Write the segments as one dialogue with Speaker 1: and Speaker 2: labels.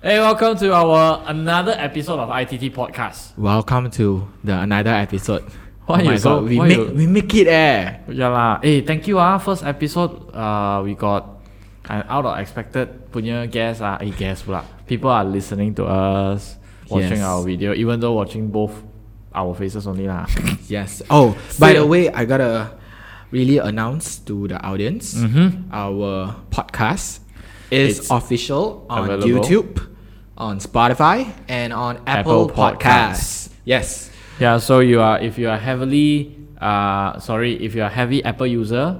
Speaker 1: Hey, welcome to our another episode of ITT Podcast.
Speaker 2: Welcome to the another episode.
Speaker 1: Why
Speaker 2: oh my
Speaker 1: you so-
Speaker 2: God, we
Speaker 1: why
Speaker 2: make
Speaker 1: you-
Speaker 2: we make it eh.
Speaker 1: Ya lah. Eh, thank you ah. First episode, uh, we got an out of expected punya guest ah. Eh, guest pula. People are listening to us, watching
Speaker 2: Yes.
Speaker 1: our video, even though watching both our faces only lah.
Speaker 2: Yes. Oh, by
Speaker 1: So-
Speaker 2: the way, I gotta really announce to the audience our podcast is
Speaker 1: Mm-hmm. It's
Speaker 2: official on
Speaker 1: available.
Speaker 2: YouTube, on Spotify, and on
Speaker 1: Apple
Speaker 2: Apple,
Speaker 1: Podcasts.
Speaker 2: Podcasts. Yes.
Speaker 1: yeah. So you are, if you are heavily, uh, sorry, if you are heavy Apple user,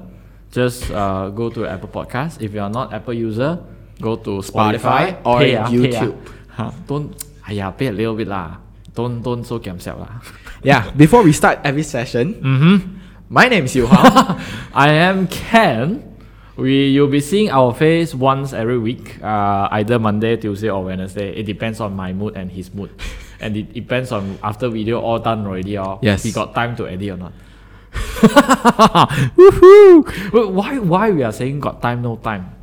Speaker 1: just uh, go to Apple Podcast. If you are not Apple user, go to Spotify,
Speaker 2: Spotify or
Speaker 1: Pay ah, pay ah.
Speaker 2: YouTube.
Speaker 1: Huh, don't. Aiyah, pay a little bit lah. Don't don't so kiamsiap lah.
Speaker 2: Yeah. Before we start every session,
Speaker 1: Mm-hmm.
Speaker 2: my name is Yu Hao.
Speaker 1: I am Ken. We you'll be seeing our face once every week, uh, either Monday, Tuesday, or Wednesday. It depends on my mood and his mood, and it depends on after video all done already. Or
Speaker 2: Yes.
Speaker 1: he got time to edit or not. Woohoo! Wait, Why why we are saying got time no time?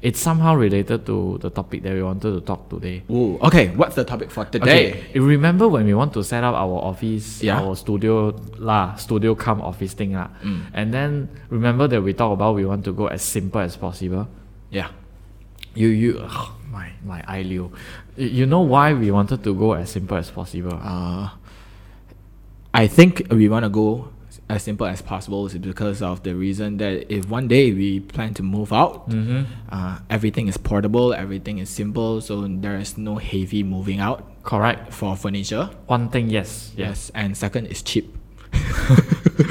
Speaker 1: It's somehow related to the topic that we wanted to talk today.
Speaker 2: Ooh, okay. What's the topic for today?
Speaker 1: Okay, you remember when we want to set up our office,
Speaker 2: Yeah.
Speaker 1: our studio lah, studio come office thing lah. And then remember that we talk about we want to go as simple as possible.
Speaker 2: Yeah.
Speaker 1: You you ugh, my my eyelid. You know why we wanted to go as simple as possible?
Speaker 2: Uh, I think we want to go as simple as possible is because of the reason that if one day we plan to move out,
Speaker 1: Mm-hmm.
Speaker 2: uh, everything is portable, everything is simple, so there is no heavy moving out
Speaker 1: Correct.
Speaker 2: for furniture.
Speaker 1: One thing, yes, yes.
Speaker 2: Yes, and second is cheap.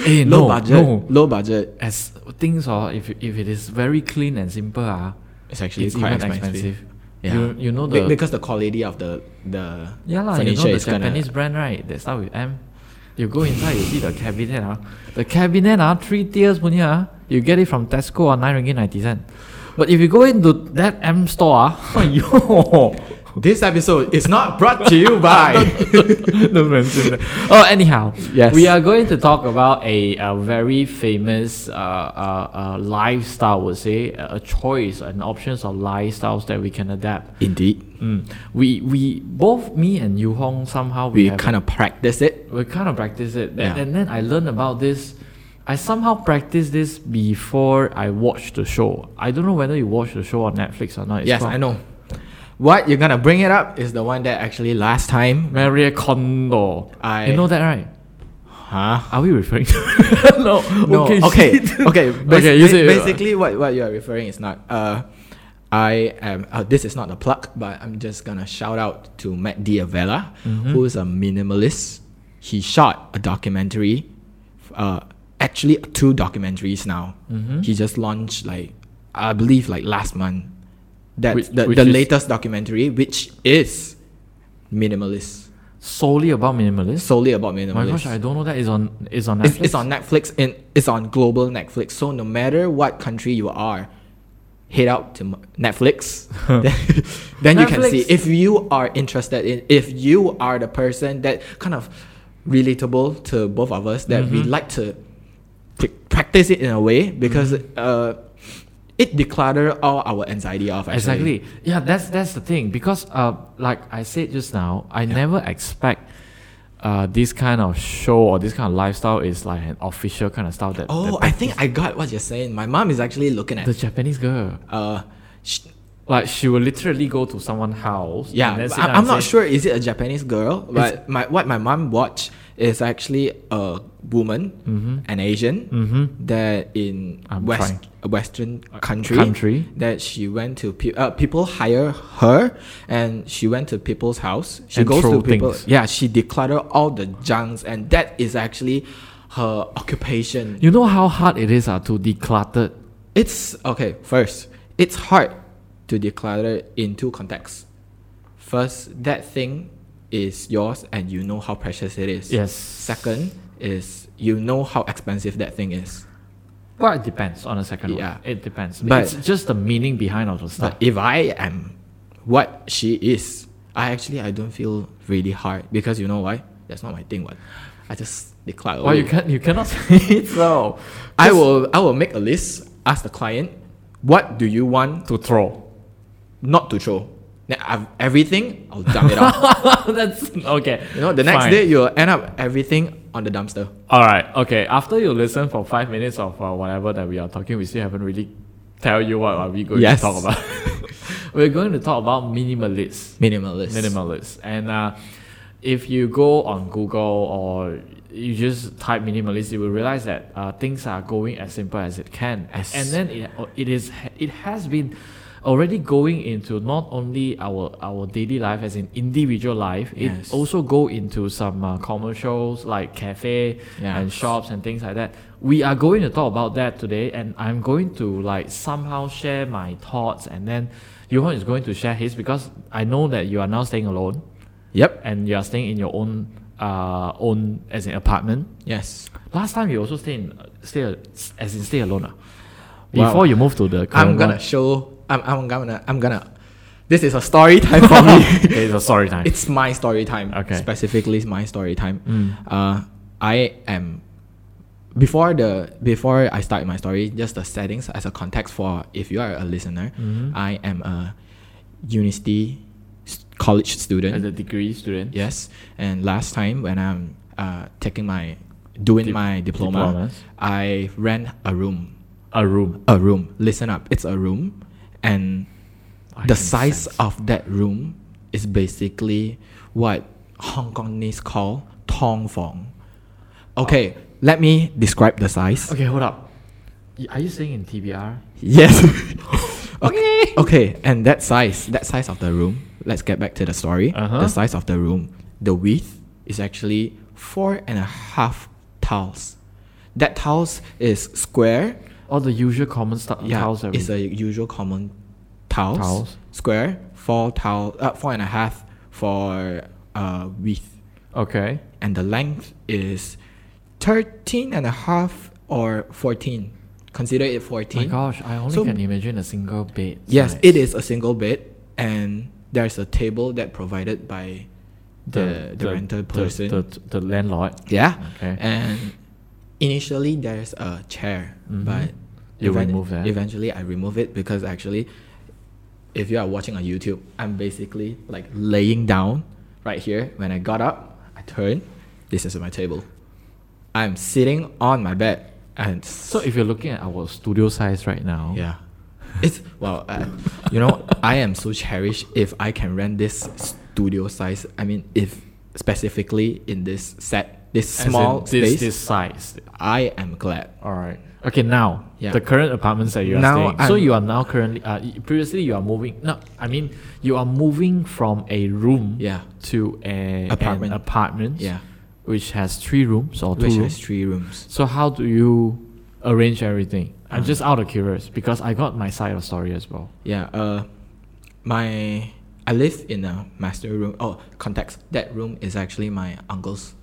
Speaker 1: Eh,
Speaker 2: low
Speaker 1: no,
Speaker 2: budget,
Speaker 1: no.
Speaker 2: low budget.
Speaker 1: As things are, if if it is very clean and simple, ah,
Speaker 2: It's actually
Speaker 1: it's
Speaker 2: quite
Speaker 1: even
Speaker 2: expensive.
Speaker 1: expensive.
Speaker 2: Yeah.
Speaker 1: You you know
Speaker 2: Be-
Speaker 1: the
Speaker 2: because the quality of the the
Speaker 1: Yeah lah, you know the
Speaker 2: furniture is gonna-
Speaker 1: Japanese brand right? That start with M. You go inside, you see the cabinet ah. The cabinet ah, three tiers punya ah. You get it from Tesco or nine ringgit ninety cent. But if you go into that M store ah, yo.
Speaker 2: This episode is not brought to you by.
Speaker 1: Don't mention that. Oh, anyhow,
Speaker 2: Yes.
Speaker 1: we are going to talk about a, a very famous uh, uh, uh, lifestyle, would say, a a choice and options of lifestyles that we can adapt.
Speaker 2: Indeed,
Speaker 1: Mm. We, we, both me and Yu Hong, somehow we,
Speaker 2: we
Speaker 1: have
Speaker 2: kind of practice it
Speaker 1: we kind of practice it. And-
Speaker 2: Yeah.
Speaker 1: And then I learned about this. I somehow practiced this before I watched the show. I don't know whether you watched the show on Netflix or not. It's
Speaker 2: Yes,
Speaker 1: called
Speaker 2: I know. What you're gonna bring it up is the one that actually last time,
Speaker 1: Maria Kondo.
Speaker 2: I-
Speaker 1: you know that, right?
Speaker 2: huh?
Speaker 1: Are we referring to? no.
Speaker 2: No, okay, okay,
Speaker 1: shit.
Speaker 2: okay. bas-
Speaker 1: okay, you
Speaker 2: ba-
Speaker 1: say,
Speaker 2: basically, what what you are referring is not. Uh, I am. Uh, this is not a plug, but I'm just gonna shout out to Matt Diavella,
Speaker 1: Mm-hmm.
Speaker 2: who is a minimalist. He shot a documentary, uh, actually two documentaries now.
Speaker 1: Mm-hmm.
Speaker 2: He just launched like, I believe like last month. That
Speaker 1: Which-
Speaker 2: the,
Speaker 1: which
Speaker 2: the
Speaker 1: is-
Speaker 2: latest documentary, which is minimalist.
Speaker 1: solely about minimalist.
Speaker 2: solely about minimalist.
Speaker 1: My gosh, I don't know that is on is on Netflix.
Speaker 2: it's, it's on Netflix and it's on global Netflix. So no matter what country you are, head out to m- Netflix. then you can see
Speaker 1: Netflix.
Speaker 2: if you are interested in if you are the person that kind of relatable to both of us that
Speaker 1: Mm-hmm.
Speaker 2: we like to pr- practice it in a way because
Speaker 1: Mm-hmm.
Speaker 2: uh, it declutter all our anxiety off. Actually.
Speaker 1: Exactly. Yeah, that's that's the thing because uh, like I said just now, I never expect uh, this kind of show or this kind of lifestyle is like an official kind of style that.
Speaker 2: Oh,
Speaker 1: that-
Speaker 2: I think I got what you're saying. My mom is actually looking at
Speaker 1: the Japanese girl,
Speaker 2: uh, sh-
Speaker 1: like she will literally go to someone's house.
Speaker 2: Yeah,
Speaker 1: and then
Speaker 2: but
Speaker 1: sit down
Speaker 2: I, I'm
Speaker 1: and
Speaker 2: not
Speaker 1: say,
Speaker 2: sure is it a Japanese girl, but my what my mom watched is actually a woman, an Asian, that in
Speaker 1: Mm-hmm. I'm
Speaker 2: West
Speaker 1: trying.
Speaker 2: a Western country,
Speaker 1: country.
Speaker 2: that she went to pe- uh, people hire her, and she went to people's house. She
Speaker 1: And
Speaker 2: goes
Speaker 1: throw
Speaker 2: to people.
Speaker 1: things.
Speaker 2: Yeah, she declutter all the junks, and that is actually her occupation.
Speaker 1: You know how hard it is uh, to declutter.
Speaker 2: It's okay. First, it's hard to declutter in two contexts. First, that thing is yours and you know how precious it is.
Speaker 1: Yes.
Speaker 2: Second is you know how expensive that thing is.
Speaker 1: Ah. Well, it depends on the second
Speaker 2: Yeah.
Speaker 1: one. It depends.
Speaker 2: But-
Speaker 1: it's just the meaning behind all the stuff.
Speaker 2: But if I am what she is, I actually I don't feel really hard because you know why? That's not my thing. What? I just declutter.
Speaker 1: well, you
Speaker 2: away.
Speaker 1: can you cannot say it so.
Speaker 2: I will I will make a list. Ask the client, what do you want
Speaker 1: to throw.
Speaker 2: not to throw? Then I've, everything, I'll dump it off.
Speaker 1: That's okay.
Speaker 2: You know, the next
Speaker 1: Fine.
Speaker 2: day you'll end up everything on the dumpster.
Speaker 1: All right. Okay. After you listen for five minutes of uh, whatever that we are talking, we still haven't really tell you what are we going
Speaker 2: Yes.
Speaker 1: to talk about. We're going to talk about minimalists.
Speaker 2: Minimalist.
Speaker 1: minimalist. And uh, if you go on Google or you just type minimalist, you will realize that uh, things are going as simple as it can.
Speaker 2: Yes.
Speaker 1: And then it, it is it has been already going into not only our our daily life as in individual life,
Speaker 2: Yes.
Speaker 1: it also go into some uh, commercials like cafe
Speaker 2: Yeah.
Speaker 1: and shops and things like that. We are going to talk about that today, and I'm going to like somehow share my thoughts, and then Johan is going to share his because I know that you are now staying alone,
Speaker 2: Yep.
Speaker 1: and you are staying in your own uh own as an apartment.
Speaker 2: Yes.
Speaker 1: Last time you also stay in stay as in stay alone. ah?
Speaker 2: Wow.
Speaker 1: Before you move to the current
Speaker 2: I'm gonna
Speaker 1: one.
Speaker 2: show. I'm, I'm gonna. I'm gonna. This is a story time for me.
Speaker 1: Okay, so sorry time.
Speaker 2: it's my story time.
Speaker 1: Okay. Mm.
Speaker 2: Specifically, it's my story time. Uh, I am. Before the before I start my story, just the settings as a context for if you are a listener,
Speaker 1: Mm-hmm.
Speaker 2: I am a university s- college student.
Speaker 1: as a degree student.
Speaker 2: Yes, and last time when I'm uh, taking my doing
Speaker 1: Dip-
Speaker 2: my diploma,
Speaker 1: diplomas.
Speaker 2: I rent a room.
Speaker 1: A room.
Speaker 2: A room. Listen up, it's a room, and
Speaker 1: I
Speaker 2: the
Speaker 1: can
Speaker 2: size
Speaker 1: sense.
Speaker 2: of that room is basically what Hong Kongese call tong fong. Okay, let me describe the size.
Speaker 1: Okay, hold up. Y- Are you staying in TBR?
Speaker 2: Yes. okay. Okay, and that size, that size of the room. Let's get back to the story.
Speaker 1: Uh-huh.
Speaker 2: The size of the room, the width is actually four and a half tiles. That tiles is square.
Speaker 1: All the usual common stuff.
Speaker 2: Yeah,
Speaker 1: tiles that we-
Speaker 2: it's a usual common tiles.
Speaker 1: Tiles.
Speaker 2: Square, four tile, uh, four and a half for uh, width,
Speaker 1: okay.
Speaker 2: and the length is thirteen and a half or fourteen. Consider it
Speaker 1: My
Speaker 2: fourteen.
Speaker 1: gosh, I only
Speaker 2: So-
Speaker 1: can imagine a single bed.
Speaker 2: Yes,
Speaker 1: size.
Speaker 2: it is a single bed, and there's a table that provided by the the, rental person.
Speaker 1: the, the landlord.
Speaker 2: yeah,
Speaker 1: Okay.
Speaker 2: and initially there's a chair,
Speaker 1: Mhm.
Speaker 2: but
Speaker 1: You remove that.
Speaker 2: Eventually, I remove it because actually, if you are watching on YouTube, I'm basically like laying down right here. When I got up, I turned. This is my table. I'm sitting on my bed, and
Speaker 1: So if you're looking at our studio size right now,
Speaker 2: yeah. It's well, uh, you know, I am so cherished if I can rent this studio size. I mean, if specifically in this set, this
Speaker 1: as in
Speaker 2: small
Speaker 1: this,
Speaker 2: space,
Speaker 1: this size.
Speaker 2: I am glad.
Speaker 1: All right. Okay, now
Speaker 2: Yeah.
Speaker 1: the current apartments that you are
Speaker 2: Now
Speaker 1: staying. so
Speaker 2: I'm-
Speaker 1: you are now currently. Uh, y- previously, you are moving. No, I mean you are moving from a room.
Speaker 2: Yeah.
Speaker 1: To a
Speaker 2: Apartment.
Speaker 1: An apartment.
Speaker 2: Yeah.
Speaker 1: Which has three rooms or
Speaker 2: Which
Speaker 1: two
Speaker 2: has
Speaker 1: rooms.
Speaker 2: three rooms.
Speaker 1: So how do you arrange everything? I'm
Speaker 2: Uh-huh.
Speaker 1: just out of curious because I got my side of story as well.
Speaker 2: Yeah. Uh, my I live in a master room. Oh, context. That room is actually my uncle's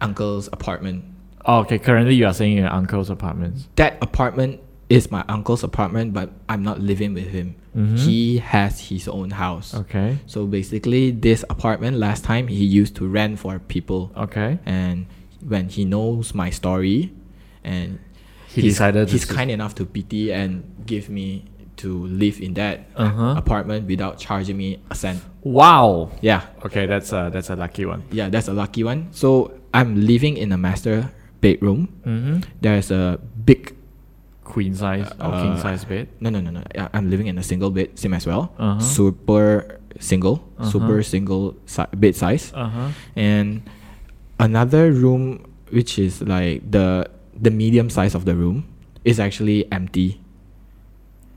Speaker 2: uncle's apartment.
Speaker 1: Oh, okay, currently you are staying in your uncle's apartments.
Speaker 2: that apartment is my uncle's apartment, but I'm not living with him.
Speaker 1: Mhm.
Speaker 2: He has his own house.
Speaker 1: Okay.
Speaker 2: So basically, this apartment last time he used to rent for people,
Speaker 1: Okay.
Speaker 2: and when he knows my story, and
Speaker 1: He
Speaker 2: he's-
Speaker 1: decided to
Speaker 2: he's
Speaker 1: s-
Speaker 2: kind enough to pity and give me to live in that
Speaker 1: Uh-huh.
Speaker 2: apartment without charging me a cent.
Speaker 1: Wow.
Speaker 2: Yeah,
Speaker 1: Okay, that's a that's a lucky one.
Speaker 2: yeah, that's a lucky one. So I'm living in a master bedroom.
Speaker 1: Mm-hmm.
Speaker 2: There's a big
Speaker 1: Queen size or king
Speaker 2: Uh,
Speaker 1: size bed.
Speaker 2: No, no, no, no. I- I'm living in a single bed, same as well.
Speaker 1: Uh-huh.
Speaker 2: Super single,
Speaker 1: Uh-huh.
Speaker 2: super single si- bed size,
Speaker 1: Uh huh.
Speaker 2: and another room which is like the the medium size of the room is actually empty.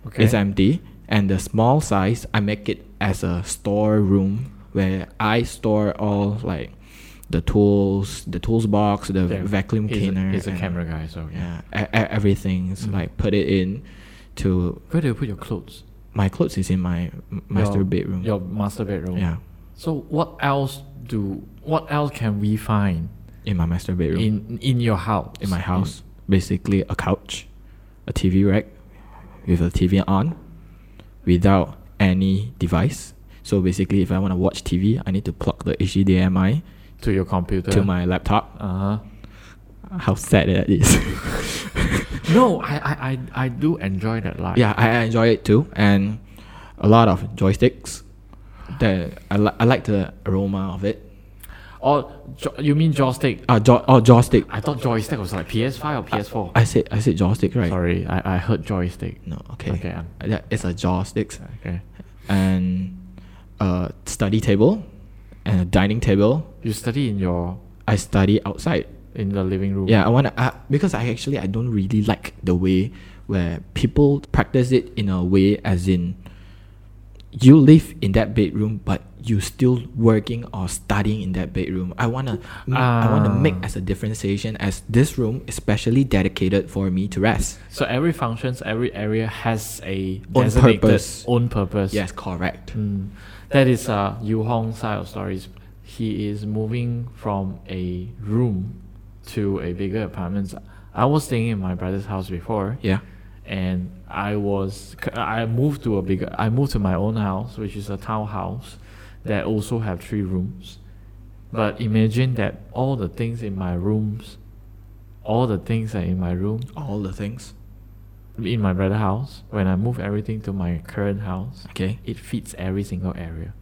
Speaker 1: Okay.
Speaker 2: It's um, empty, and the small size I make it as a store room where I store all like the tools, the tools box, the
Speaker 1: Yeah.
Speaker 2: vacuum
Speaker 1: He's a-
Speaker 2: cleaner.
Speaker 1: He's a
Speaker 2: and-
Speaker 1: camera guy, so yeah.
Speaker 2: Yeah, e- e- everything's
Speaker 1: Mm.
Speaker 2: like put it in to
Speaker 1: Where do you put your clothes?
Speaker 2: my clothes is in my m- master
Speaker 1: Your-
Speaker 2: bedroom.
Speaker 1: Your master bedroom.
Speaker 2: Yeah,
Speaker 1: So what else do? What else can we find
Speaker 2: in my master bedroom. In,
Speaker 1: in in your house?
Speaker 2: my
Speaker 1: Mm.
Speaker 2: house, basically a couch, a TV rack with a TV on, without any device. So basically, if I want to watch TV, I need to plug the HDMI
Speaker 1: to your computer.
Speaker 2: to my laptop.
Speaker 1: Uh huh.
Speaker 2: How sad that is.
Speaker 1: No, I, I, I, I do enjoy that life.
Speaker 2: yeah, I I enjoy it too, and a lot of joysticks. The, I, li- I like the aroma of it.
Speaker 1: Or jo- you mean joystick?
Speaker 2: Ah, jaw, oh, jaw stick.
Speaker 1: I thought joystick was like PS5 or PS4.
Speaker 2: I said I said jaw stick, right?
Speaker 1: Sorry, I, I heard joystick.
Speaker 2: No, okay.
Speaker 1: Okay, um.
Speaker 2: Uh, yeah, It's a jaw stick
Speaker 1: Okay.
Speaker 2: and a study table and a dining table.
Speaker 1: You study in your
Speaker 2: I study outside.
Speaker 1: in the living room.
Speaker 2: Yeah, I want to uh, because I actually I don't really like the way where people practice it in a way as in you live in that bedroom but you still working or studying in that bedroom. I want to I want to make
Speaker 1: Ah.
Speaker 2: as a differentiation as this room is specially dedicated for me to rest.
Speaker 1: So every functions, every area has a
Speaker 2: Own
Speaker 1: designated
Speaker 2: purpose.
Speaker 1: Own purpose.
Speaker 2: Yes, correct.
Speaker 1: Mm. That is uh, Yu Hong's side of stories. He is moving from a room to a bigger apartment. I was staying in my brother's house before.
Speaker 2: Yeah.
Speaker 1: And I was c- I moved to a bigger I moved to my own house, which is a townhouse that also have three rooms. But imagine that all the things in my rooms, all the things that in my room
Speaker 2: All the things.
Speaker 1: in my brother house, when I move everything to my current house,
Speaker 2: Okay.
Speaker 1: it fits every single area.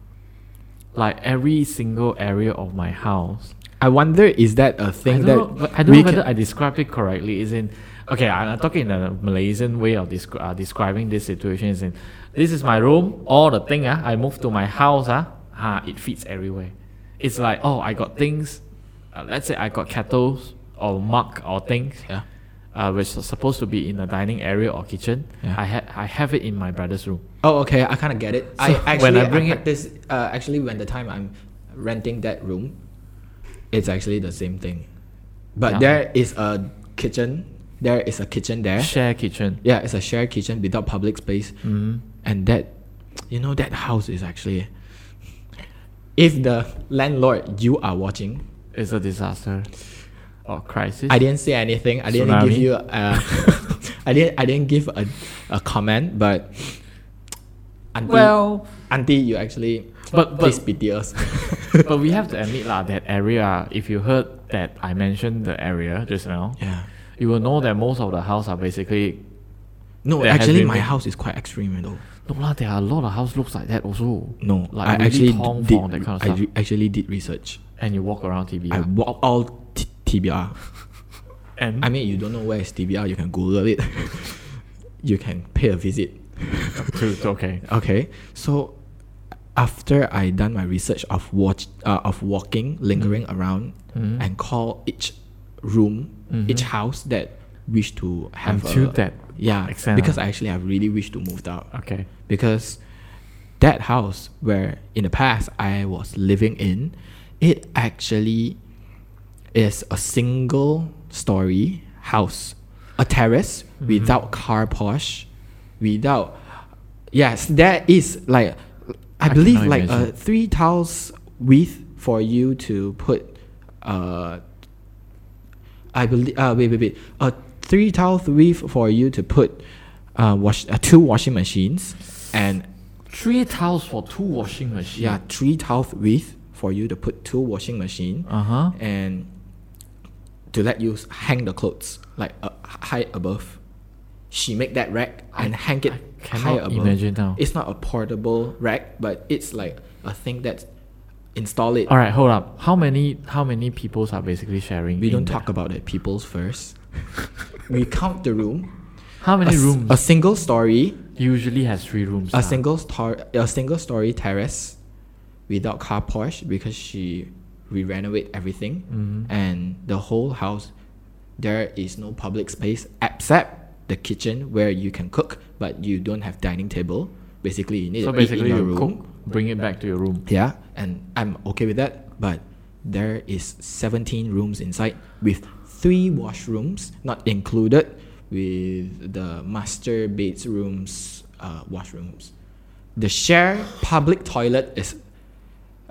Speaker 1: Like every single area of my house.
Speaker 2: I wonder is that a
Speaker 1: I
Speaker 2: thing
Speaker 1: don't,
Speaker 2: that
Speaker 1: know, but I don't
Speaker 2: we
Speaker 1: know whether
Speaker 2: can-
Speaker 1: I described it correctly. Is in okay. I, I'm talking in a Malaysian way of descri- uh, describing this situation. Is in this is my room. All the thing ah, I moved to my house ah, ah, it fits everywhere. It's like oh, I got things. Uh, let's say I got kettles or mug or things
Speaker 2: yeah.
Speaker 1: uh, which is supposed to be in the dining area or kitchen.
Speaker 2: Yeah.
Speaker 1: I ha- I have it in my brother's room.
Speaker 2: Oh, okay. I kind of get it. I
Speaker 1: So,
Speaker 2: actually
Speaker 1: when I
Speaker 2: I
Speaker 1: bring it-
Speaker 2: practice, uh, actually when the time I'm renting that room, it's actually the same thing, but
Speaker 1: Yeah.
Speaker 2: there is a kitchen. There is a kitchen there.
Speaker 1: Share kitchen.
Speaker 2: Yeah, it's a shared kitchen without public space,
Speaker 1: Mhm.
Speaker 2: and that, you know, that house is actually. If the landlord you are watching,
Speaker 1: It's a disaster or crisis.
Speaker 2: I didn't say anything. I didn't give
Speaker 1: Tsunami.
Speaker 2: you. Uh, I didn't. I didn't give a, a comment, but. Auntie,
Speaker 1: Well,
Speaker 2: auntie, you actually.
Speaker 1: but
Speaker 2: please
Speaker 1: but
Speaker 2: pity us.
Speaker 1: but we have to admit lah that area. If you heard that I mentioned the area just now,
Speaker 2: yeah.
Speaker 1: you will know that most of the house are basically
Speaker 2: No,
Speaker 1: There has
Speaker 2: actually,
Speaker 1: been
Speaker 2: my
Speaker 1: big-
Speaker 2: house is quite extreme though.
Speaker 1: no lah. There are a lot of house looks like that also.
Speaker 2: No,
Speaker 1: like
Speaker 2: I
Speaker 1: really
Speaker 2: actually
Speaker 1: tall
Speaker 2: did.
Speaker 1: form, that kind of
Speaker 2: I
Speaker 1: stuff.
Speaker 2: re- actually did research.
Speaker 1: and you walk around TV.
Speaker 2: I walked all t- TBR.
Speaker 1: Hmm? and
Speaker 2: I mean, you don't know where is TBR. You can Google it. you can pay a visit.
Speaker 1: Truth, okay.
Speaker 2: Okay, so after I done my research of watch uh, of walking, lingering
Speaker 1: Mm-hmm.
Speaker 2: around, and call each room, each house that wish to have
Speaker 1: Until
Speaker 2: a,
Speaker 1: Mm-hmm. that
Speaker 2: yeah
Speaker 1: extent,
Speaker 2: because
Speaker 1: ah.
Speaker 2: actually I really wish to move out.
Speaker 1: Okay.
Speaker 2: because that house where in the past I was living in, it actually is a single story house, a terrace
Speaker 1: Mm-hmm.
Speaker 2: without car porch, without yes, there is like I,
Speaker 1: I
Speaker 2: believe
Speaker 1: cannot
Speaker 2: like a
Speaker 1: imagine.
Speaker 2: three tiles width for you to put uh I believe. Uh, wait, wait, wait. A three tile width for you to put uh, wash uh, two washing machines, and
Speaker 1: Three towels for two washing machine.
Speaker 2: yeah, three tile width for you to put two washing machine,
Speaker 1: Uh huh.
Speaker 2: and to let you s- hang the clothes like uh, high above. She make that rack and hang it
Speaker 1: I
Speaker 2: high
Speaker 1: cannot
Speaker 2: above.
Speaker 1: imagine now.
Speaker 2: It's not a portable rack, but it's like a thing that's install it.
Speaker 1: All right, hold up. How many how many peoples are basically sharing?
Speaker 2: We
Speaker 1: in
Speaker 2: don't
Speaker 1: the-
Speaker 2: talk about it. People's first. we count the room.
Speaker 1: How
Speaker 2: A,
Speaker 1: many
Speaker 2: s-
Speaker 1: rooms
Speaker 2: a single story
Speaker 1: usually has three rooms?
Speaker 2: a
Speaker 1: lah?
Speaker 2: single star a single story terrace without car porch because she re renovate everything
Speaker 1: Mm-hmm.
Speaker 2: and the whole house there is no public space except the kitchen where you can cook but you don't have dining table basically you need
Speaker 1: So
Speaker 2: to eat
Speaker 1: basically,
Speaker 2: in your
Speaker 1: you
Speaker 2: room
Speaker 1: cook, bring it back to your room.
Speaker 2: yeah and i'm okay with that but there is 17 rooms inside with three washrooms not included with the master bedrooms uh, washrooms the shared public toilet is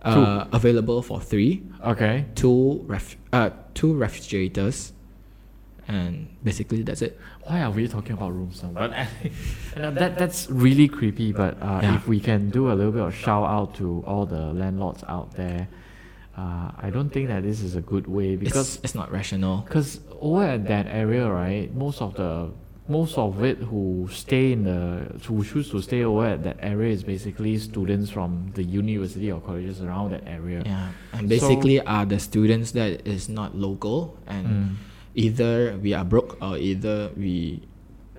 Speaker 2: uh, available for three
Speaker 1: Okay.
Speaker 2: two ref- uh, two refrigerators and basically that's it
Speaker 1: Why are we talking about rooms now? But you know, that that's really creepy. But uh,
Speaker 2: Yeah.
Speaker 1: if we can do a little bit of shout out to all the landlords out there, uh, I don't think that this is a good way because
Speaker 2: because it's, it's not rational
Speaker 1: Because over at that area, right, most of the most of it who stay in the who choose to stay over at that area is basically students from the university or colleges around that area.
Speaker 2: Yeah, and
Speaker 1: So-
Speaker 2: basically are the students that is not local and
Speaker 1: Mm.
Speaker 2: either we are broke or either we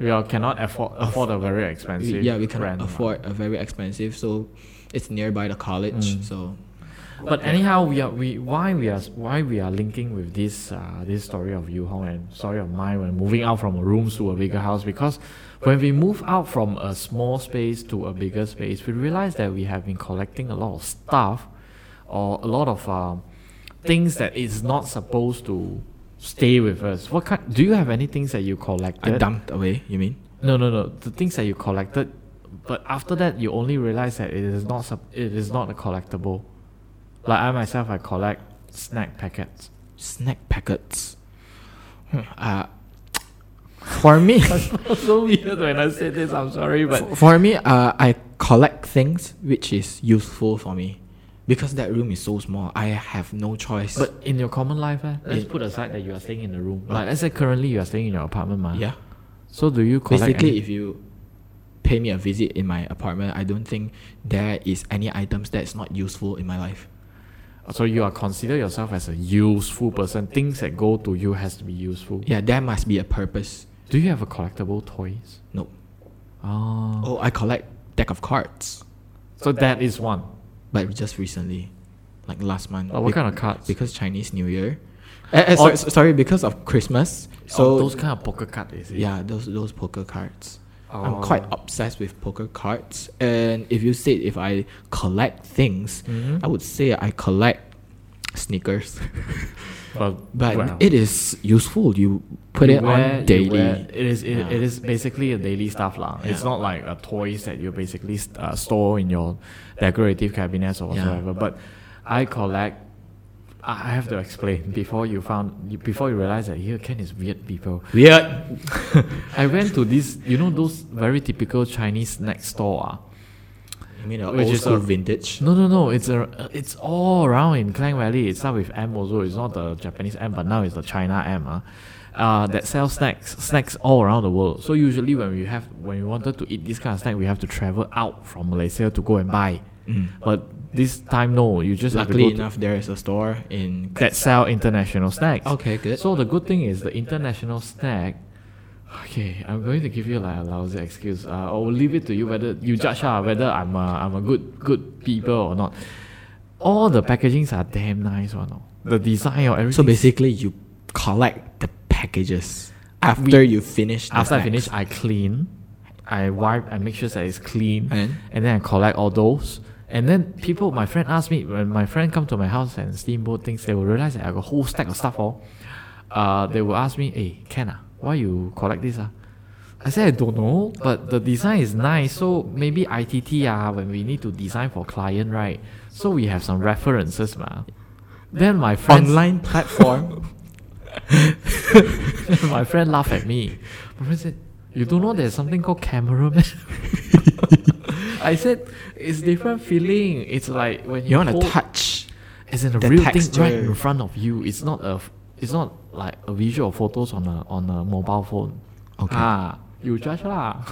Speaker 1: We all cannot afford afford a very
Speaker 2: we-
Speaker 1: expensive.
Speaker 2: yeah we cannot
Speaker 1: rent, right?
Speaker 2: afford a very expensive so it's nearby the college
Speaker 1: Mm.
Speaker 2: so
Speaker 1: But anyhow, we are we why we are why we are linking with this uh, this story of you Hong and story of mine when moving out from a rooms to a bigger house because when we move out from a small space to a bigger space, we realize that we have been collecting a lot of stuff or a lot of um, things that is not supposed to stay with us. What kind? Do you have any things that you
Speaker 2: I
Speaker 1: collected?
Speaker 2: dumped away you mean
Speaker 1: No, no, no. The things that you collected, but after that, you only realize that it is not sup- it is not a collectible. Like I myself, I collect snack packets.
Speaker 2: snack packets Hmm, uh, for me
Speaker 1: so weird when I say this. I'm sorry, but
Speaker 2: for me uh, I collect things which is useful for me because that room is so small I have no choice
Speaker 1: but in your common life, eh, let's
Speaker 2: Yeah.
Speaker 1: put aside that you are staying in a room. Like let's say currently you are staying in your apartment, ma.
Speaker 2: yeah
Speaker 1: So do you collect?
Speaker 2: basically
Speaker 1: any-
Speaker 2: if you pay me a visit in my apartment i don't think there is any items that's not useful in my life
Speaker 1: so you are consider yourself as a useful person. Things that go to you has to be useful.
Speaker 2: yeah there must be a purpose
Speaker 1: Do you have a collectible toys?
Speaker 2: no
Speaker 1: Oh,
Speaker 2: oh i collect deck of cards
Speaker 1: so that is one.
Speaker 2: but just recently like last month
Speaker 1: Oh, what
Speaker 2: bec-
Speaker 1: kind of cards?
Speaker 2: because chinese new year eh, eh, sorry,
Speaker 1: Oh.
Speaker 2: sorry because of christmas so
Speaker 1: oh, those kind of poker card is it?
Speaker 2: yeah those those poker cards
Speaker 1: Oh.
Speaker 2: i'm quite obsessed with poker cards and if you said if i collect things
Speaker 1: Mhm.
Speaker 2: i would say i collect sneakers
Speaker 1: But,
Speaker 2: But
Speaker 1: well,
Speaker 2: it is useful. You put
Speaker 1: you
Speaker 2: it
Speaker 1: wear-
Speaker 2: on
Speaker 1: you
Speaker 2: daily.
Speaker 1: wear- It is it,
Speaker 2: Yeah.
Speaker 1: it is basically a daily stuff lah. It's
Speaker 2: Yeah.
Speaker 1: not like a toys that you basically st- uh, store in your decorative cabinets or
Speaker 2: Yeah.
Speaker 1: whatsoever. But I collect. I I have to explain before you found you- before you realize that here Ken is weird people.
Speaker 2: Weird.
Speaker 1: I went to this, you know, those very typical Chinese snack store. Ah,
Speaker 2: I mean, uh,
Speaker 1: Which
Speaker 2: old
Speaker 1: is
Speaker 2: school
Speaker 1: a-
Speaker 2: vintage.
Speaker 1: No, no, no. It's a, uh, it's all around in Klang Valley. It's not with M also. It's not the Japanese M, but now it's the China M. Uh, uh, that sells snacks, snacks all around the world. So usually when we have, when we wanted to eat this kind of snack, we have to travel out from Malaysia to go and buy.
Speaker 2: Mm.
Speaker 1: But this time, no. You just
Speaker 2: Luckily
Speaker 1: have to go
Speaker 2: enough, there is a store in.
Speaker 1: to, that sell international snacks.
Speaker 2: Okay, good.
Speaker 1: So the good thing is the international snack. Okay, I'm going to give you like a lousy excuse. Uh, I'll leave it to you whether you judge uh, whether I'm a, I'm a good good people or not. All the packagings are damn nice one. oh. The design or
Speaker 2: So
Speaker 1: everything.
Speaker 2: basically, you collect the packages after you finish. The
Speaker 1: after I
Speaker 2: snacks.
Speaker 1: finish, I clean, I wipe, I make sure that it's clean,
Speaker 2: And?
Speaker 1: then I collect all those. And then people, my friend asked me when my friend come to my house and steamboat things, they will realize that I got a whole stack of stuff. Oh, uh, they will ask me, "Hey, Ken, ah, why you collect this?" Ah, I said I don't know, but the design is nice. So maybe ITT ah, when we need to design for client, right? So we have some references, ma. Then my friend
Speaker 2: online platform.
Speaker 1: my friend laughed at me. My friend said, You don't know there's something called camera, man? I said, It's different feeling. It's like when you,
Speaker 2: you want to
Speaker 1: hold-
Speaker 2: touch.
Speaker 1: it's in a
Speaker 2: the
Speaker 1: real thing right
Speaker 2: texture.
Speaker 1: in front of you. It's not a f- it's not like a visual photos on a on a mobile phone.
Speaker 2: Okay.
Speaker 1: Ah, you judge lah.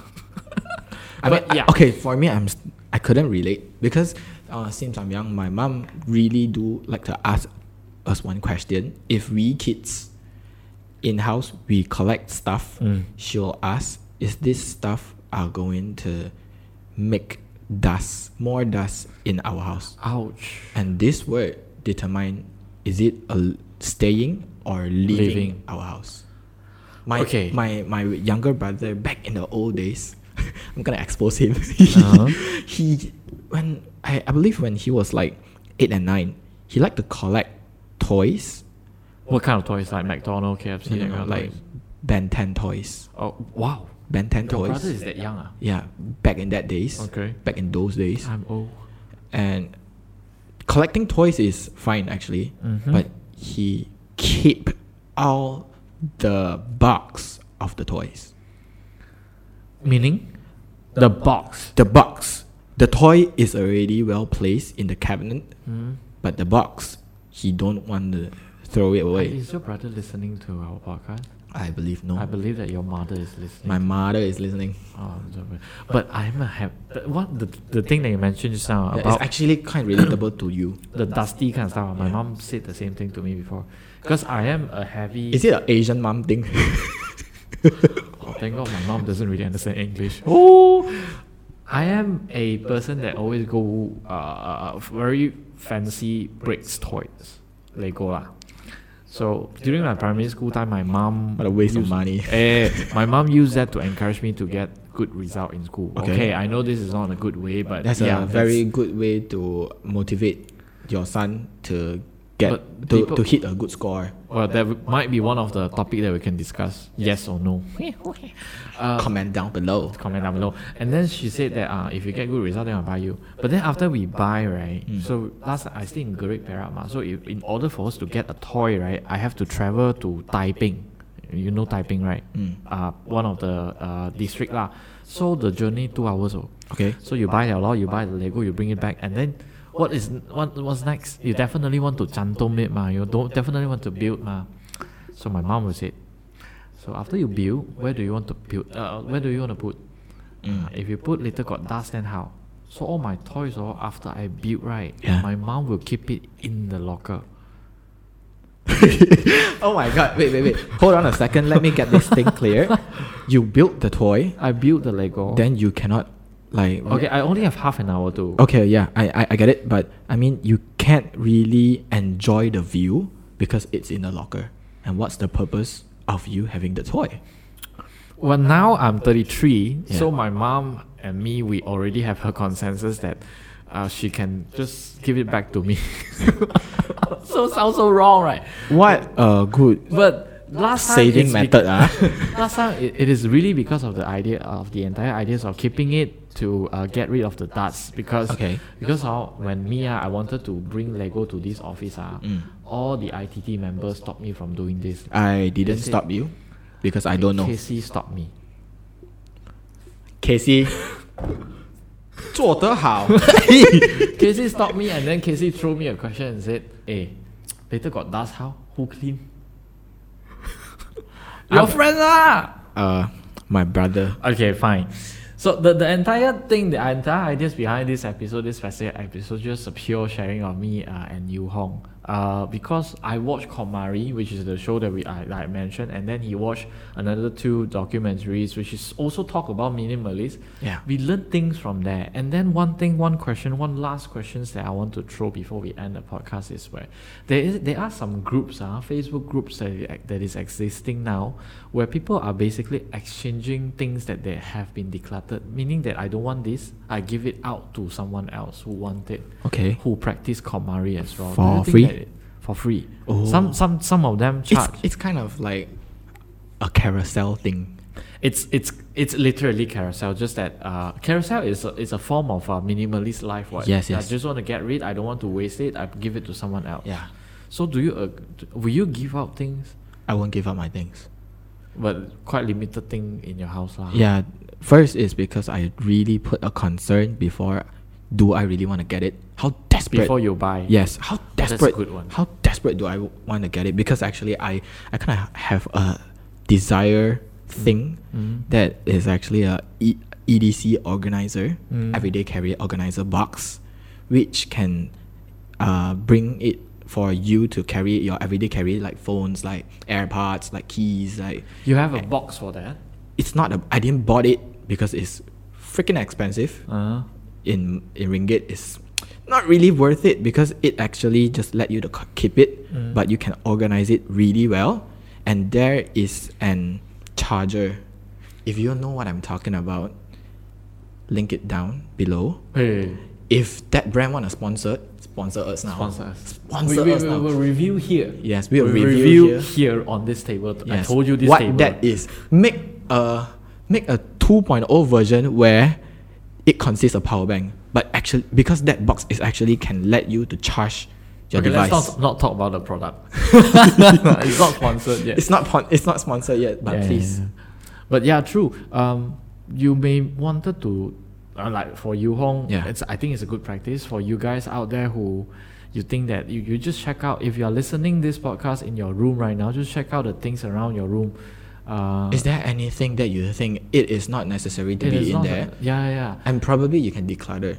Speaker 2: I mean,
Speaker 1: But
Speaker 2: yeah.
Speaker 1: yeah.
Speaker 2: okay, for me, I'm s- I couldn't relate because uh, since I'm young, my mom really do like to ask us one question. If we kids in house, we collect stuff.
Speaker 1: Mm.
Speaker 2: She'll ask, "Is this stuff are going to make dust, more dust in our house?"
Speaker 1: Ouch.
Speaker 2: And this word determine is it a l- staying or leaving,
Speaker 1: Leaving.
Speaker 2: our house. My,
Speaker 1: Okay.
Speaker 2: my my younger brother back in the old days, I'm gonna expose him.
Speaker 1: Uh-huh.
Speaker 2: He when I, I believe when he was like eight and nine, he liked to collect toys,
Speaker 1: What kind of toys like McDonald's, KFC,
Speaker 2: you
Speaker 1: that
Speaker 2: know,
Speaker 1: kind of
Speaker 2: like
Speaker 1: toys?
Speaker 2: Ben Ten toys,
Speaker 1: oh wow.
Speaker 2: Ben Ten
Speaker 1: Your brother
Speaker 2: toys.
Speaker 1: is that young ah?
Speaker 2: Yeah, back in that days.
Speaker 1: Okay. Uh-huh.
Speaker 2: Back in those days.
Speaker 1: I'm old.
Speaker 2: and collecting toys is fine actually
Speaker 1: Mhm.
Speaker 2: but he keep all the box of the toys
Speaker 1: Meaning? The box.
Speaker 2: the box the toy is already well placed in the cabinet
Speaker 1: Mm.
Speaker 2: but the box he don't want the throw it away.
Speaker 1: Is your brother listening to our podcast?
Speaker 2: I believe no.
Speaker 1: I believe that your mother is listening.
Speaker 2: My mother is listening.
Speaker 1: Oh, don't worry. but I'm a hap- but what the the thing that you mentioned just now
Speaker 2: Yeah,
Speaker 1: about
Speaker 2: it's actually kind of relatable to you.
Speaker 1: the dusty kind of stuff. My mom said the same thing to me before, because I am a heavy.
Speaker 2: Is it an Asian mom thing?
Speaker 1: Oh, thank God my mom doesn't really understand English. Oh, I am a person that always go uh, uh, very fancy bricks toys, Lego lah. So during my primary school time, my mom
Speaker 2: what a waste of
Speaker 1: used-
Speaker 2: money.
Speaker 1: Eh, my mom used that to encourage me to get good result in school. Okay,
Speaker 2: Okay.
Speaker 1: I know this is not a good way, but
Speaker 2: That's
Speaker 1: yeah,
Speaker 2: a very good way to motivate your son to get
Speaker 1: But
Speaker 2: to,
Speaker 1: people-
Speaker 2: to hit a good score.
Speaker 1: Well, that w- might be one of the topic that we can discuss. Yes or no. Uh,
Speaker 2: Comment down below.
Speaker 1: comment down below. And then she said that uh, if you get good result, then I'll buy you. But then after we buy, right?
Speaker 2: Mm.
Speaker 1: So last I stay in Great Perak, ma. So if, in order for us to get a toy, right, I have to travel to Taiping. You know Taiping, right?
Speaker 2: Mm.
Speaker 1: Uh, one of the uh, district lah. So the journey two hours. Oh.
Speaker 2: Okay.
Speaker 1: So you buy the law, you buy the Lego, you bring it back, and then what is what what's next? You definitely want to chantom it, ma. You don't definitely want to build, ma. So my mom was it. So after you build, where do you want to build? Uh, where do you want to put?
Speaker 2: Mm.
Speaker 1: Uh, if you put later got dust, then how? So all my toys, or after I build, right?
Speaker 2: Yeah.
Speaker 1: My mom will keep it in the locker.
Speaker 2: Oh my god, wait, wait, wait. Hold on a second. Let me get this thing clear. You built the toy,
Speaker 1: I build the Lego.
Speaker 2: then you cannot like
Speaker 1: okay, I only have half an hour to.
Speaker 2: Okay, yeah, I, I, I get it, but I mean you can't really enjoy the view because it's in a locker. And what's the purpose of you having the toy?
Speaker 1: Well, now I'm 33,
Speaker 2: Yeah.
Speaker 1: so my mom and me, we already have her consensus that uh, she can just give it back to me. so sounds so wrong, right?
Speaker 2: What a Uh, good
Speaker 1: But last time
Speaker 2: saving
Speaker 1: it's
Speaker 2: method, ah.
Speaker 1: bec- last time it, it is really because of the idea of the entire ideas of keeping it to uh, get rid of the dust because
Speaker 2: Okay.
Speaker 1: because how when me ah, I wanted to bring Lego to this office ah,
Speaker 2: Mm.
Speaker 1: all the ITT members stopped me from doing this.
Speaker 2: I didn't
Speaker 1: Is it-
Speaker 2: stop you because I don't know.
Speaker 1: Casey stopped me.
Speaker 2: Casey 做得好
Speaker 1: Casey stopped me and then Casey threw me a question and said, Hey, later got dust how? Who clean? Your friend lah!
Speaker 2: Uh my brother.
Speaker 1: Okay, fine. So the, the entire thing, the entire ideas behind this episode, this specific episode, just a pure sharing of me uh, and Yu Hong. Uh, because I watched Komari, which is the show that we I, I mentioned, and then he watched another two documentaries, which is also talk about minimalism.
Speaker 2: Yeah.
Speaker 1: We learn things from there. And then one thing, one question, one last questions that I want to throw before we end the podcast is where there is there are some groups, uh, Facebook groups that, that is existing now where people are basically exchanging things that they have been decluttered, meaning that I don't want this, I give it out to someone else who want it
Speaker 2: Okay.
Speaker 1: who practice Komari as well. Do
Speaker 2: For
Speaker 1: you think
Speaker 2: free?
Speaker 1: that it- for free.
Speaker 2: Oh.
Speaker 1: Some some some of them
Speaker 2: It's
Speaker 1: charge.
Speaker 2: it's kind of like a carousel thing.
Speaker 1: It's it's it's literally carousel. Just that uh, carousel is a, is a form of uh, minimalist life. Right?
Speaker 2: Yes, yes.
Speaker 1: I just want to get rid. I don't want to waste it. I give it to someone else.
Speaker 2: Yeah.
Speaker 1: So do you? Uh, d- will you give out things,
Speaker 2: I won't give up my things.
Speaker 1: but quite limited thing in your house, lah?
Speaker 2: Yeah, first is because I really put a concern before do I really want to get it? How desperate
Speaker 1: Before you buy.
Speaker 2: Yes, how
Speaker 1: that's a
Speaker 2: desperate
Speaker 1: good one.
Speaker 2: How desperate do I want to get it? Because actually I I kind of have a desire thing
Speaker 1: Mm-hmm.
Speaker 2: that is actually a E- EDC organizer,
Speaker 1: Mm.
Speaker 2: everyday carrier organizer box which can uh, bring it for you to carry your everyday carry like phones, like AirPods, like keys, like
Speaker 1: You have a box for that.
Speaker 2: it's not a, I didn't bought it because it's freaking expensive
Speaker 1: Uh,
Speaker 2: in in ringgit is not really worth it because it actually just let you to c- keep it but you can organize it really well and there is an charger if you know what I'm talking about link it down below
Speaker 1: hey,
Speaker 2: if that brand want to sponsor sponsor us now
Speaker 1: sponsor us.
Speaker 2: Sponsor
Speaker 1: we,
Speaker 2: us
Speaker 1: we,
Speaker 2: now.
Speaker 1: We will review here.
Speaker 2: Yes, we will
Speaker 1: We'll
Speaker 2: review
Speaker 1: here.
Speaker 2: here.
Speaker 1: on this table. I
Speaker 2: Yes.
Speaker 1: told you this
Speaker 2: what
Speaker 1: table.
Speaker 2: that is make a make a 2.0 version where it consists of power bank but actually because that box is actually can let you to charge your
Speaker 1: okay,
Speaker 2: device
Speaker 1: let's not, not talk about the product. it's not sponsored yet.
Speaker 2: it's not pon- it's not sponsored yet but
Speaker 1: Yeah, yeah,
Speaker 2: please
Speaker 1: yeah. But yeah, true. Um, you may wanted to, uh, like for you Hong,
Speaker 2: Yeah.
Speaker 1: it's I think it's a good practice for you guys out there who you think that you, you just check out if you're listening this podcast in your room right now just check out the things around your room uh,
Speaker 2: Is there anything that you think it is not necessary to
Speaker 1: it is
Speaker 2: be in
Speaker 1: not a-
Speaker 2: there?
Speaker 1: yeah yeah
Speaker 2: And probably you can declutter.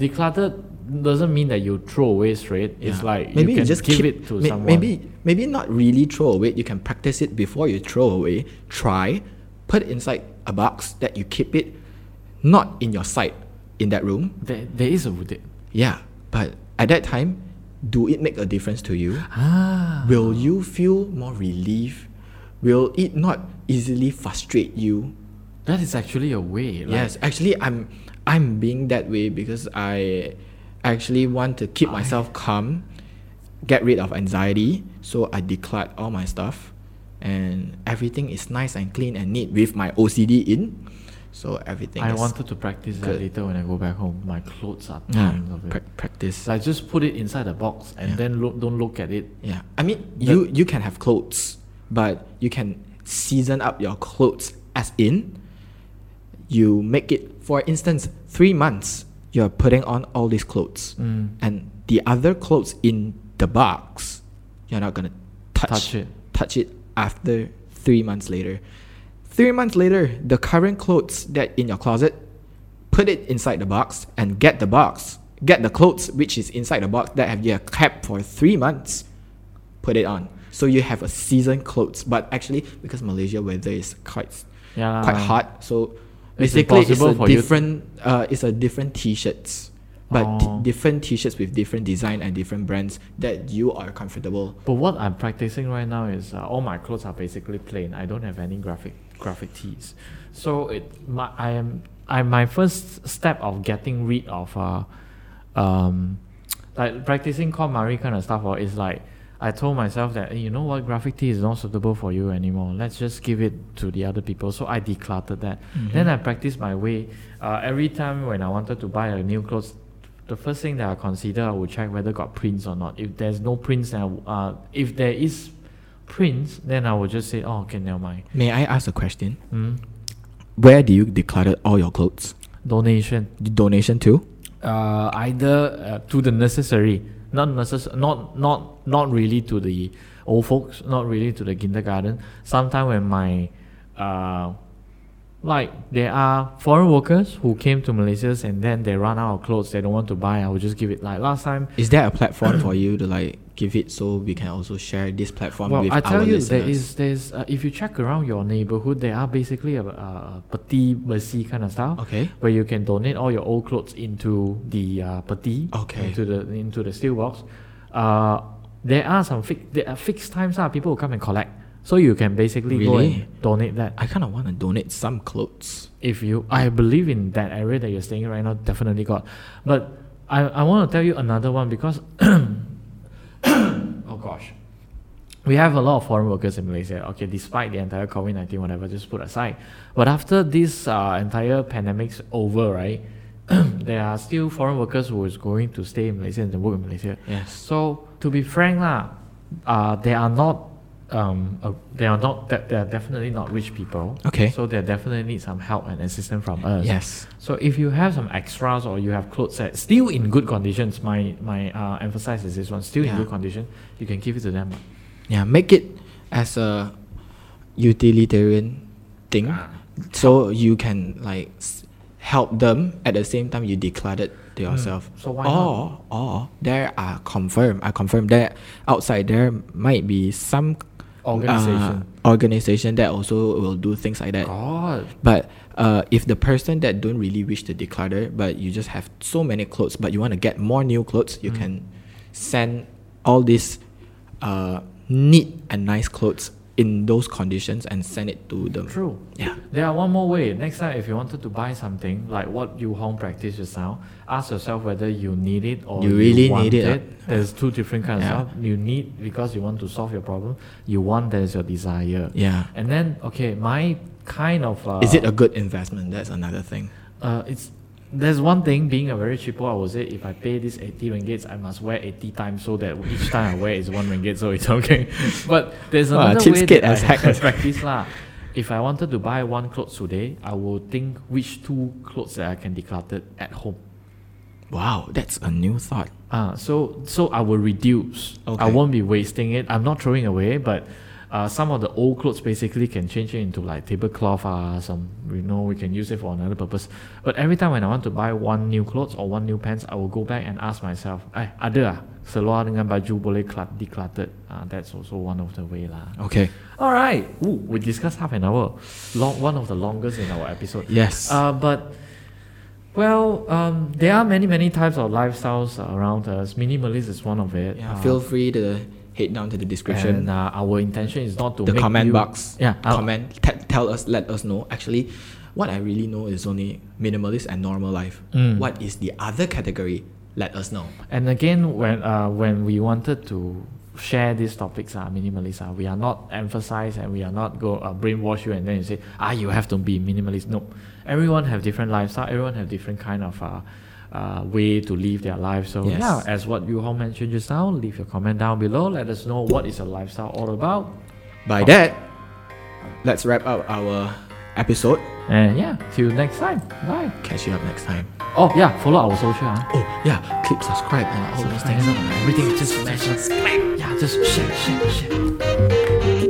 Speaker 1: decluttered doesn't mean that you throw away straight it's
Speaker 2: Yeah.
Speaker 1: like you can give
Speaker 2: keep-
Speaker 1: it to
Speaker 2: may-
Speaker 1: someone
Speaker 2: Maybe maybe not really throw away. You can practice it before you throw away. Try, put it inside a box that you keep it, not in your sight, in that room.
Speaker 1: there, there is a there-
Speaker 2: Yeah, but at that time, do it make a difference to you?
Speaker 1: ah
Speaker 2: Will you feel more relief? Will it not easily frustrate you?
Speaker 1: that is actually a way like,
Speaker 2: yes, actually, I'm I'm being that way because I actually want to keep myself calm, get rid of anxiety. So I declutter all my stuff, and everything is nice and clean and neat with my OCD in. So everything.
Speaker 1: I
Speaker 2: is,
Speaker 1: wanted to practice that
Speaker 2: good.
Speaker 1: later when I go back home. My clothes are
Speaker 2: yeah,
Speaker 1: tons of it.
Speaker 2: prac- practice.
Speaker 1: So I just put it inside a box and
Speaker 2: Yeah.
Speaker 1: then look, don't look at it.
Speaker 2: Yeah, I mean you you can have clothes, but you can season up your clothes as in. You make it, for instance, three months. You're putting on all these clothes,
Speaker 1: Mm.
Speaker 2: and the other clothes in the box, you're not gonna touch,
Speaker 1: Touch it.
Speaker 2: Touch it after three months later. Three months later, the current clothes that in your closet, put it inside the box and get the box. Get the clothes which is inside the box that have you have kept for three months. Put it on. So you have a season clothes. But actually, because Malaysia weather is quite s-
Speaker 1: Yeah.
Speaker 2: quite hot, so
Speaker 1: Ah. It's
Speaker 2: basically it's
Speaker 1: impossible
Speaker 2: a
Speaker 1: for you to-
Speaker 2: different uh, it's a different t-shirts. But
Speaker 1: Oh.
Speaker 2: t- different t-shirts with different design and different brands that you are comfortable.
Speaker 1: But what I'm practicing right now is uh, all my clothes are basically plain. I don't have any graphic graphic tees. So it my I am I my first step of getting rid of uh, um like practicing KonMari kind of stuff or is like I told myself that "Hey, you know what graphic tee is not suitable for you anymore. Let's just give it to the other people. So I decluttered that. Then I practiced my way. Uh, every time when I wanted to buy a new clothes, the first thing that I consider, I will check whether got prints or not. If there's no prints, then I w- uh, if there is prints, then I will just say, oh, okay, never mind.
Speaker 2: May I ask a question?
Speaker 1: Hmm.
Speaker 2: Where do you declutter all your clothes?
Speaker 1: Donation,
Speaker 2: Donation to?
Speaker 1: uh, either uh, to the necessary, not necess- not not not really to the old folks, not really to the kindergarten. Sometimes when my uh, like there are foreign workers who came to Malaysia and then they run out of clothes, they don't want to buy. I will just give it like last time.
Speaker 2: Is there a platform for you to like give it so we can also share this platform
Speaker 1: Well,
Speaker 2: with
Speaker 1: I tell
Speaker 2: our
Speaker 1: you,
Speaker 2: listeners?
Speaker 1: there is there's uh, if you check around your neighborhood, there are basically a, a peti besi kind of stuff.
Speaker 2: Okay.
Speaker 1: Where you can donate all your old clothes into the uh, peti.
Speaker 2: Okay.
Speaker 1: Into the into the steel box. Uh, there are some fix there are fixed times uh, people will come and collect. So you can basically go
Speaker 2: Really?
Speaker 1: and donate that.
Speaker 2: I kind of want to donate some clothes.
Speaker 1: If you, I believe in that area that you're staying right now, definitely got. But I I want to tell you another one because oh gosh. We have a lot of foreign workers in Malaysia, okay, despite the entire COVID 19, whatever, just put aside. But after this uh, entire pandemic's over, right, there are still foreign workers who is going to stay in Malaysia and work in Malaysia.
Speaker 2: Yes.
Speaker 1: So, to be frank, lah, uh, they are not. Um, uh, they are not. De- they are definitely not rich people.
Speaker 2: Okay.
Speaker 1: So they definitely need some help and assistance from us.
Speaker 2: Yes.
Speaker 1: So if you have some extras or you have clothes that still in good conditions, my my uh, emphasis is this one, still in
Speaker 2: Yeah.
Speaker 1: good condition, you can give it to them.
Speaker 2: Yeah, make it as a utilitarian thing,
Speaker 1: Ah.
Speaker 2: so you can like s- help them at the same time you declutter to yourself.
Speaker 1: Hmm. so why
Speaker 2: or, Or there are confirm. I confirm that outside there might be some uh,
Speaker 1: Organisation.
Speaker 2: organization that also will do things like that.
Speaker 1: God.
Speaker 2: But uh, if the person that don't really wish to declutter, but you just have so many clothes, but you want to get more new clothes, you can send all these uh, neat and nice clothes in those conditions and send it to them.
Speaker 1: True.
Speaker 2: Yeah.
Speaker 1: There are one more way. Next time, if you wanted to buy something like what you home practice just now, ask yourself whether you need it or
Speaker 2: You really need
Speaker 1: want
Speaker 2: it, uh.
Speaker 1: There's two different kinds
Speaker 2: Yeah.
Speaker 1: of stuff. You need because you want to solve your problem. You want there's your desire.
Speaker 2: Yeah.
Speaker 1: And then okay, my kind of uh,
Speaker 2: Is it a good investment? That's another thing.
Speaker 1: uh, it's there's one thing being a very cheapo. I would say if I pay this eighty ringgits, I must wear eighty times so that each time I wear is one ringgit, so it's okay. But there's
Speaker 2: Wow,
Speaker 1: another way
Speaker 2: cheapskate
Speaker 1: that I
Speaker 2: as heck.
Speaker 1: have practice lah. If I wanted to buy one clothes today, I will think which two clothes that I can declutter at home.
Speaker 2: Wow, that's a new thought.
Speaker 1: Uh, so so I will reduce. I
Speaker 2: Okay.
Speaker 1: won't be wasting it. I'm not throwing away, but uh, some of the old clothes basically can change it into like tablecloth ah, some you know we can use it for another purpose. But every time when I want to buy one new clothes or one new pants, I will go back and ask myself, eh, ada ah seluar dengan baju boleh cla- decluttered. Ah, that's also one of the way lah.
Speaker 2: Okay.
Speaker 1: All right. Ooh, we discussed half an hour. Long, one of the longest in our episode.
Speaker 2: Yes.
Speaker 1: Uh, but, well, um, there are many, many types of lifestyles around us. Minimalist is one of it.
Speaker 2: yeah,
Speaker 1: Uh,
Speaker 2: feel free to head down to the description.
Speaker 1: and uh, our intention is not to
Speaker 2: the
Speaker 1: make
Speaker 2: comment
Speaker 1: you-
Speaker 2: box.
Speaker 1: Yeah, uh,
Speaker 2: comment. Te- tell us. Let us know. Actually, what I really know is only minimalist and normal life. What is the other category? Let us know.
Speaker 1: And again, when uh, when we wanted to share these topics, uh, minimalist, uh, we are not emphasized and we are not go uh, brainwash you and then you say, ah, you have to be minimalist. No, everyone have different lifestyle. Everyone have different kind of uh, uh, way to live their life. So
Speaker 2: Yes.
Speaker 1: yeah, as what you all mentioned just now, leave your comment down below. Let us know what is a lifestyle all about.
Speaker 2: By that, let's wrap up our episode.
Speaker 1: And yeah, till next time. Bye.
Speaker 2: Catch you up next time.
Speaker 1: Oh yeah, follow our social. Uh.
Speaker 2: Oh yeah, click subscribe and all those things.
Speaker 1: Everything just mentioned. Yeah, just share, share, share.